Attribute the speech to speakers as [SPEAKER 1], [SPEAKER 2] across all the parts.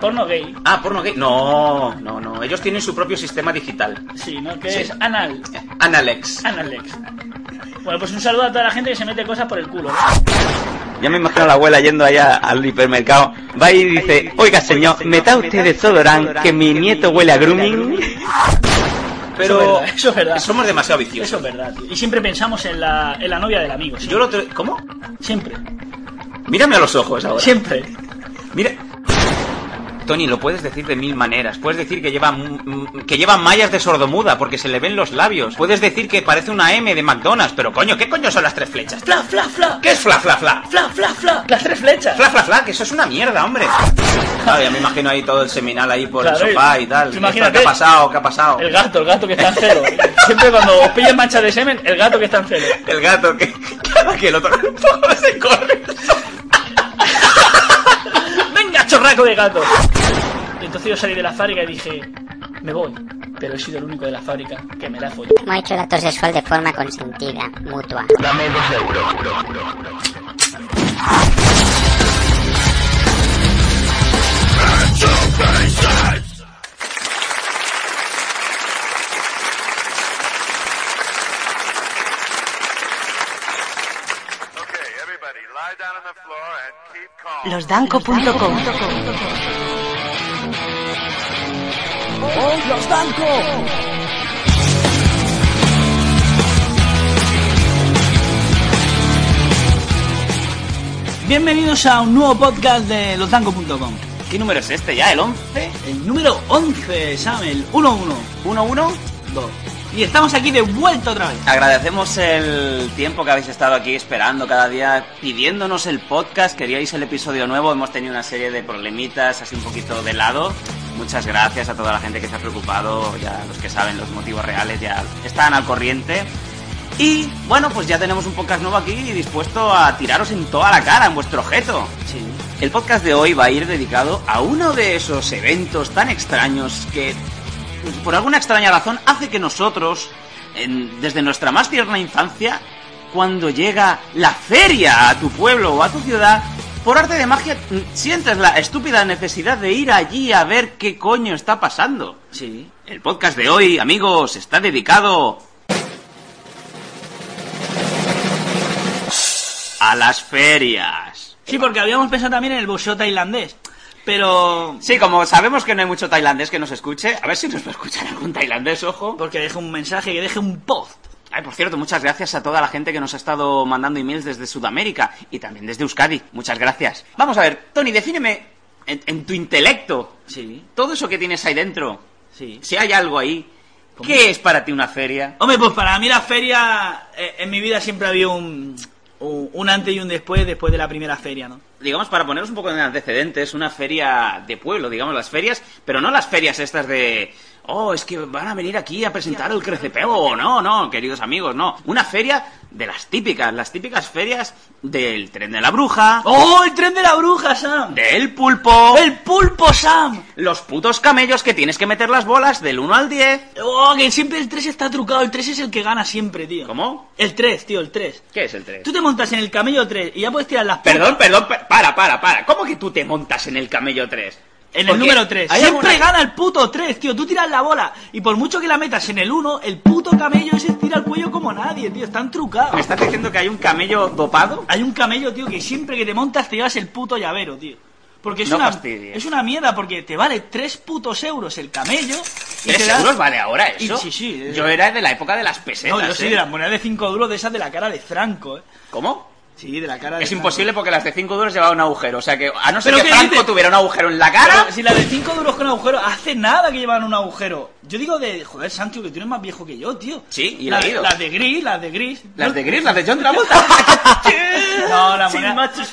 [SPEAKER 1] Porno gay.
[SPEAKER 2] Ah, porno gay. No, no, no. Ellos tienen su propio sistema digital.
[SPEAKER 1] Sí, ¿no? Que
[SPEAKER 2] Sí.
[SPEAKER 1] es anal.
[SPEAKER 2] Analex.
[SPEAKER 1] Analex. Bueno, pues un saludo a toda la gente que se mete cosas por el culo. ¿no?
[SPEAKER 2] Ya me imagino a la abuela yendo allá al hipermercado. Va y dice, oiga señor, ¿me da usted desodorante que mi nieto huele a grooming? Pero
[SPEAKER 1] Eso es verdad, eso es verdad.
[SPEAKER 2] somos demasiado
[SPEAKER 1] Eso
[SPEAKER 2] viciosos.
[SPEAKER 1] es verdad, tío. Y siempre pensamos en la, en la novia del amigo.
[SPEAKER 2] Yo
[SPEAKER 1] Siempre.
[SPEAKER 2] lo otro... ¿Cómo?
[SPEAKER 1] Siempre.
[SPEAKER 2] Mírame a los ojos ahora.
[SPEAKER 1] Siempre.
[SPEAKER 2] Mira. Tony, lo puedes decir de mil maneras. Puedes decir que lleva mm, mm, que lleva mallas de sordomuda porque se le ven los labios. Puedes decir que parece una M de McDonald's, pero coño, ¿qué coño son las tres flechas?
[SPEAKER 1] Fla, fla, fla.
[SPEAKER 2] ¿Qué es fla fla fla?
[SPEAKER 1] Fla, fla, fla. Las tres flechas.
[SPEAKER 2] Fla fla fla, que eso es una mierda, hombre. Claro, ya me imagino ahí todo el seminal ahí por
[SPEAKER 1] Claro,
[SPEAKER 2] el sofá y tal.
[SPEAKER 1] tú imagínate.
[SPEAKER 2] ¿Qué ha pasado? ¿Qué ha pasado?
[SPEAKER 1] El gato, el gato que está en cero. Siempre cuando os pillen mancha de semen, el gato que está en cero.
[SPEAKER 2] El gato que cada que lo toca todo se corre.
[SPEAKER 1] ¡Venga, chorraco de gato! Entonces yo salí de la fábrica y dije, me voy. Pero he sido el único de la fábrica que me la folló.
[SPEAKER 3] Hemos hecho el acto sexual de forma consentida, mutua.
[SPEAKER 4] Okay, everybody, lie down on the floor and keep calm.
[SPEAKER 5] Losdanco.com
[SPEAKER 1] Bienvenidos a un nuevo podcast de losango.com.
[SPEAKER 2] ¿Qué número es este ya? ¿El 11?
[SPEAKER 1] El número 11, Sam, el 112.
[SPEAKER 2] 1-1.
[SPEAKER 1] Y estamos aquí de vuelta otra vez.
[SPEAKER 2] Agradecemos el tiempo que habéis estado aquí esperando cada día, pidiéndonos el podcast, queríais el episodio nuevo, hemos tenido una serie de problemitas así un poquito de lado. Muchas gracias a toda la gente que se ha preocupado, ya los que saben los motivos reales ya están al corriente. Y bueno, pues ya tenemos un podcast nuevo aquí y dispuesto a tiraros en toda la cara, en vuestro objeto. El podcast de hoy va a ir dedicado a uno de esos eventos tan extraños que, por alguna extraña razón, hace que nosotros, en- desde nuestra más tierna infancia, cuando llega la feria a tu pueblo o a tu ciudad, por arte de magia mm, sientes la estúpida necesidad de ir allí a ver qué coño está pasando.
[SPEAKER 1] Sí.
[SPEAKER 2] El podcast de hoy, amigos, está dedicado a las ferias.
[SPEAKER 1] Sí, porque habíamos pensado también en el boxeo tailandés. Pero...
[SPEAKER 2] Sí, como sabemos que no hay mucho tailandés que nos escuche, a ver si nos va a escuchar algún tailandés, ojo.
[SPEAKER 1] Porque deje un mensaje, que deje un post.
[SPEAKER 2] Ay, por cierto, muchas gracias a toda la gente que nos ha estado mandando emails desde Sudamérica y también desde Euskadi. Muchas gracias. Vamos a ver, Tony, defíneme en, en tu intelecto
[SPEAKER 1] Sí,
[SPEAKER 2] todo eso que tienes ahí dentro.
[SPEAKER 1] sí.
[SPEAKER 2] Si hay algo ahí, ¿qué es para ti una feria?
[SPEAKER 1] Hombre, pues para mí la feria, eh, en mi vida siempre ha habido un, un, un antes y un después, después de la primera feria, ¿no?
[SPEAKER 2] digamos, para poneros un poco en antecedentes, una feria de pueblo, digamos, las ferias, pero no las ferias estas de, oh, es que van a venir aquí a presentar el crecepeo, no, no, queridos amigos, no. Una feria de las típicas, las típicas ferias del tren de la bruja,
[SPEAKER 1] ¡Oh, el tren de la bruja, Sam!
[SPEAKER 2] del pulpo,
[SPEAKER 1] ¡El pulpo, Sam!
[SPEAKER 2] los putos camellos que tienes que meter las bolas del 1 al 10.
[SPEAKER 1] ¡Oh, que siempre el 3 está trucado! El 3 es el que gana siempre, tío.
[SPEAKER 2] ¿Cómo?
[SPEAKER 1] El 3, tío, el 3.
[SPEAKER 2] ¿Qué es el 3?
[SPEAKER 1] Tú te montas en el camello 3 y ya puedes tirar las pu-
[SPEAKER 2] Perdón, perdón, per- para, para, para. ¿Cómo que tú te montas en el camello 3?
[SPEAKER 1] En el número 3. Siempre gana el puto 3, tío. Tú tiras la bola y por mucho que la metas en el 1, el puto camello ese tira el cuello como nadie, tío. Están trucados.
[SPEAKER 2] ¿Me estás diciendo que hay un camello dopado?
[SPEAKER 1] Hay un camello, tío, que siempre que te montas te llevas el puto llavero, tío. Porque es,
[SPEAKER 2] No
[SPEAKER 1] una,
[SPEAKER 2] fastidies.
[SPEAKER 1] es una mierda, porque te vale tres putos euros el camello. y
[SPEAKER 2] ¿Tres
[SPEAKER 1] te da-
[SPEAKER 2] euros vale ahora
[SPEAKER 1] Y-
[SPEAKER 2] eso?
[SPEAKER 1] sí, sí, eh.
[SPEAKER 2] Yo era de la época de las pesetas.
[SPEAKER 1] No, yo soy
[SPEAKER 2] ¿eh?
[SPEAKER 1] de las monedas de cinco duros de esas de la cara de Franco, ¿eh?
[SPEAKER 2] ¿Cómo?
[SPEAKER 1] Sí, de la cara de
[SPEAKER 2] Es
[SPEAKER 1] Franco.
[SPEAKER 2] imposible porque las de 5 duros llevaban un agujero. O sea que, a no ser
[SPEAKER 1] ¿Pero
[SPEAKER 2] que
[SPEAKER 1] qué
[SPEAKER 2] Franco
[SPEAKER 1] dices?
[SPEAKER 2] tuviera un agujero en la cara.
[SPEAKER 1] Pero si la de 5 duros con agujero, hace nada que llevan un agujero. Yo digo de, joder, Santi, que tú eres más viejo que yo, tío.
[SPEAKER 2] Sí, y he
[SPEAKER 1] La-
[SPEAKER 2] leído.
[SPEAKER 1] Las de gris, las de gris.
[SPEAKER 2] Las
[SPEAKER 1] No-
[SPEAKER 2] de Gris, las de John Travolta.
[SPEAKER 1] No, la
[SPEAKER 2] Sin
[SPEAKER 1] moneda.
[SPEAKER 2] machos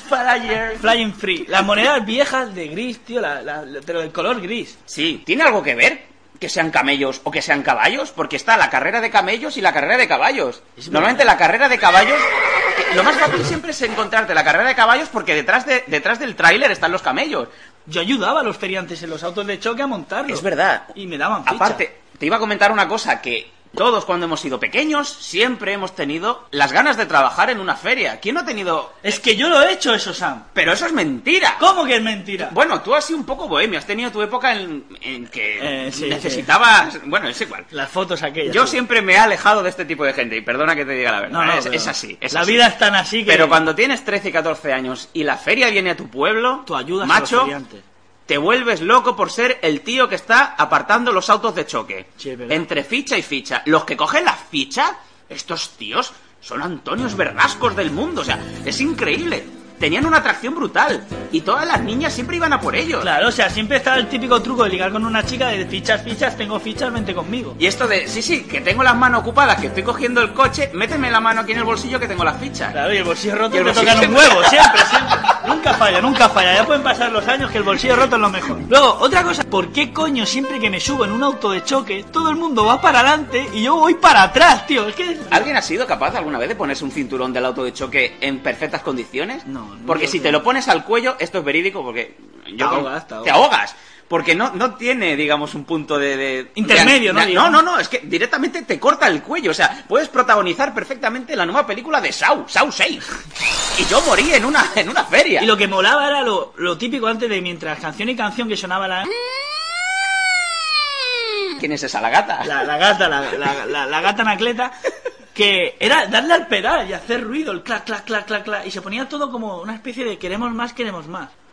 [SPEAKER 1] Flying free. Las monedas viejas de gris, tío, la- la- la- pero del color gris.
[SPEAKER 2] Sí, ¿tiene algo que ver que sean camellos o que sean caballos? Porque está la carrera de camellos y la carrera de caballos. Normalmente la carrera de caballos... eh, Lo más fácil siempre es encontrarte la carrera de caballos porque detrás, de, detrás del tráiler están los camellos.
[SPEAKER 1] Yo ayudaba a los feriantes en los autos de choque a montarlos.
[SPEAKER 2] Es verdad.
[SPEAKER 1] Y me daban ficha.
[SPEAKER 2] Aparte, te iba a comentar una cosa que... Todos cuando hemos sido pequeños siempre hemos tenido las ganas de trabajar en una feria. ¿Quién no ha tenido...?
[SPEAKER 1] Es que yo lo he hecho eso, Sam.
[SPEAKER 2] Pero eso es mentira.
[SPEAKER 1] ¿Cómo que es mentira?
[SPEAKER 2] Bueno, tú has sido un poco bohemio, has tenido tu época en, en que
[SPEAKER 1] Eh, sí,
[SPEAKER 2] necesitabas... Bueno, es igual.
[SPEAKER 1] Las fotos aquellas.
[SPEAKER 2] Yo
[SPEAKER 1] tío.
[SPEAKER 2] siempre me he alejado de este tipo de gente, y perdona que te diga la verdad, ¿eh?
[SPEAKER 1] No, no,
[SPEAKER 2] es,
[SPEAKER 1] pero
[SPEAKER 2] es así. es
[SPEAKER 1] la
[SPEAKER 2] así.
[SPEAKER 1] vida es tan así que.
[SPEAKER 2] Pero cuando tienes 13 y 14 años y la feria viene a tu pueblo,
[SPEAKER 1] Tú ayudas a los
[SPEAKER 2] macho,
[SPEAKER 1] feriantes.
[SPEAKER 2] te vuelves loco por ser el tío que está apartando los autos de choque.
[SPEAKER 1] Sí, es verdad.
[SPEAKER 2] entre ficha y ficha. Los que cogen la ficha, estos tíos son Antonios Verdascos del mundo, o sea, es increíble. Tenían una atracción brutal y todas las niñas siempre iban a por ellos.
[SPEAKER 1] Claro, o sea, siempre está el típico truco de ligar con una chica de fichas, fichas, tengo fichas, vente conmigo.
[SPEAKER 2] Y esto de, sí, sí, que tengo las manos ocupadas, que estoy cogiendo el coche, méteme la mano aquí en el bolsillo que tengo las fichas.
[SPEAKER 1] Claro, y el bolsillo roto
[SPEAKER 2] Y el
[SPEAKER 1] te
[SPEAKER 2] bolsillo
[SPEAKER 1] tocan un
[SPEAKER 2] siempre-
[SPEAKER 1] huevo, siempre, siempre. Nunca falla, nunca falla. Ya pueden pasar los años que el bolsillo roto es lo mejor. Luego, otra cosa, ¿por qué coño siempre que me subo en un auto de choque, todo el mundo va para adelante y yo voy para atrás, tío? Es que.
[SPEAKER 2] ¿Alguien ha sido capaz alguna vez de ponerse un cinturón del auto de choque en perfectas condiciones?
[SPEAKER 1] No, no
[SPEAKER 2] Porque
[SPEAKER 1] creo
[SPEAKER 2] si
[SPEAKER 1] que-
[SPEAKER 2] te lo pones al cuello, esto es verídico porque...
[SPEAKER 1] Te ahogas, te ahogas.
[SPEAKER 2] ahogas, Porque no, no tiene, digamos, un punto de... de-
[SPEAKER 1] Intermedio,
[SPEAKER 2] de-
[SPEAKER 1] ¿no?
[SPEAKER 2] de- No,
[SPEAKER 1] Digamos.
[SPEAKER 2] no, no, es que directamente te corta el cuello. O sea, puedes protagonizar perfectamente la nueva película de Saw, Saw 6. Y yo morí en una, en una feria.
[SPEAKER 1] Y lo que molaba era lo, lo típico antes de mientras canción y canción que sonaba la.
[SPEAKER 2] ¿Quién es esa, la gata?
[SPEAKER 1] la, la gata, la, la, la- la gata anacleta, que era darle al pedal y hacer ruido, el clac, clac, clac, clac, clac, y se ponía todo como una especie de queremos más, queremos más.